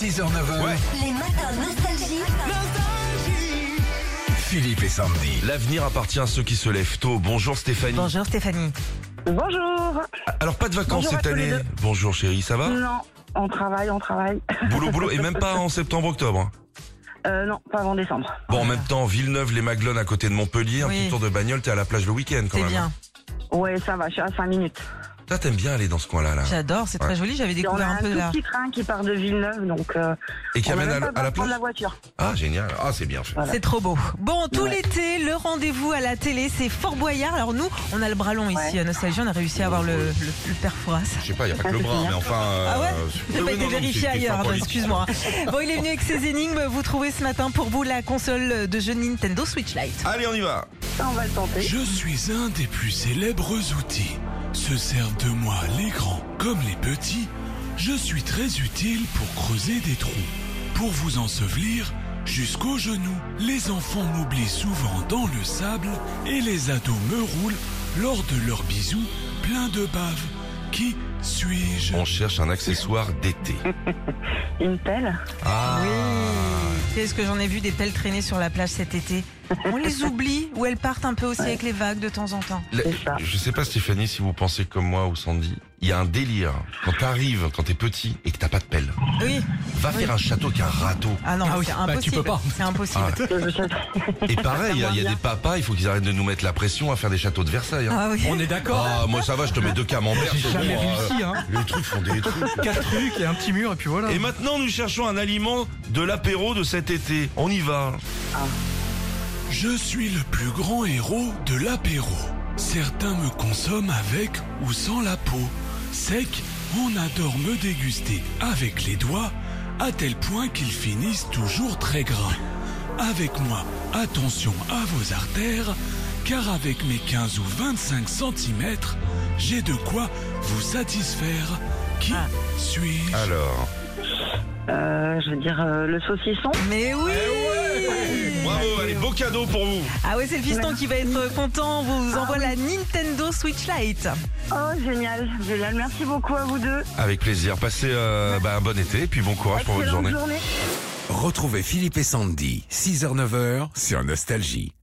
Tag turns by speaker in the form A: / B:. A: 6h, 9h,
B: Les matins nostalgie.
A: Philippe et Sandy.
C: L'avenir appartient à ceux qui se lèvent tôt. Bonjour Stéphanie.
D: Bonjour Stéphanie.
E: Bonjour.
C: Alors pas de vacances
E: Bonjour à
C: cette
E: tous
C: année.
E: les deux.
C: Bonjour chérie, ça va
E: Non, on travaille, on travaille.
C: Boulot, boulot, et même pas en septembre-octobre. hein.
E: Euh, non, pas avant décembre.
C: Bon, en même temps, Villeneuve, les Maglones à côté de Montpellier, un
D: Oui.
C: petit tour de bagnole, t'es à la plage le week-end quand
D: C'est
C: même.
D: bien.
E: Ouais, ça va, je suis à 5 minutes.
C: Ça, t'aimes bien aller dans ce coin-là, là.
D: J'adore, c'est
C: Ouais.
D: très joli. J'avais
E: Et on a
D: découvert
E: un
D: un peu
E: tout
D: là.
E: petit train qui part de Villeneuve, donc euh,
C: Et qui
E: on n'a
C: amène à,
E: même pas
C: la- à la
E: besoin de
C: plage
E: prendre la voiture.
C: Ah, génial. Ah, c'est bien fait.
E: Voilà.
D: C'est trop beau. Bon, tout
E: Ouais.
D: l'été, le rendez-vous à la télé, c'est Fort Boyard. Alors nous, on a le bras long ici
E: Ouais.
D: à Nostalgie. On a réussi à avoir le, le, le père Fouras.
C: Je sais pas, il a pas
E: Ah,
C: que le
E: c'est
C: bras,
E: bien.
C: mais enfin... euh,
D: Ah ouais
C: oui,
D: J'ai
C: oui,
D: pas
C: non,
D: été
C: non, c'est-
D: vérifié
C: c'est
D: ailleurs,
C: pas
D: donc
C: politique.
D: excuse-moi. Bon, il est venu avec ses énigmes. Vous trouvez ce matin pour vous la console de jeu Nintendo Switch Lite.
C: Allez, on y va.
E: Ça, on va le tenter.
A: Je suis un des plus célèbres outils. Se servent de moi les grands comme les petits. Je suis très utile pour creuser des trous, pour vous ensevelir jusqu'aux genoux. Les enfants m'oublient souvent dans le sable et les ados me roulent lors de leurs bisous pleins de bave. Qui suis-je
C: On cherche un accessoire d'été.
E: Une pelle.
C: Ah
D: C'est ce que j'en ai vu des pelles traîner sur la plage cet été. On les oublie ou elles partent un peu aussi avec les vagues de temps en temps.
C: La-
E: C'est ça.
C: Je sais pas Stéphanie si vous pensez comme moi ou Sandy, il y a un délire quand t'arrives, quand t'es petit et que t'as pas de pelle.
D: Oui.
C: Va faire un château qu'un râteau.
D: Ah non,
A: Ah oui,
D: c'est
A: bah,
D: impossible.
A: tu peux pas.
D: C'est impossible.
C: Ah.
E: Je- je-
C: Et pareil, il y a- il y a
E: bien.
C: des papas, il faut qu'ils arrêtent de nous mettre la pression à faire des châteaux de Versailles. hein.
D: Ah oui.
A: est
C: Ah, moi ça va, je te mets deux camemberts. c'est
A: jamais
C: bon,
A: réussi, hein.
C: euh, Les trucs font des trucs.
A: Quatre trucs et un petit mur et puis voilà.
C: Et maintenant, nous cherchons un aliment de l'apéro de cet été. On y va.
A: Je suis le plus grand héros de l'apéro. Certains me consomment avec ou sans la peau. Sec, on adore me déguster avec les doigts, à tel point qu'ils finissent toujours très gras. Avec moi, attention à vos artères, car avec mes 15 ou 25 cm, j'ai de quoi vous satisfaire. Qui
D: Ah.
A: suis-je
C: Alors.
E: euh, je veux dire euh, le saucisson.
D: Mais oui
C: Eh Bravo, allez, beau cadeau pour vous.
D: Ah ouais, c'est le fiston qui va être content. On vous envoie la Nintendo Switch Lite.
E: Oh génial, génial. Merci beaucoup à vous deux.
C: Avec plaisir. Passez euh, bah, un bon été et puis bon courage pour votre
E: Excellente
C: journée.
E: journée.
A: Retrouvez Philippe et Sandy, 6h-9h sur Nostalgie.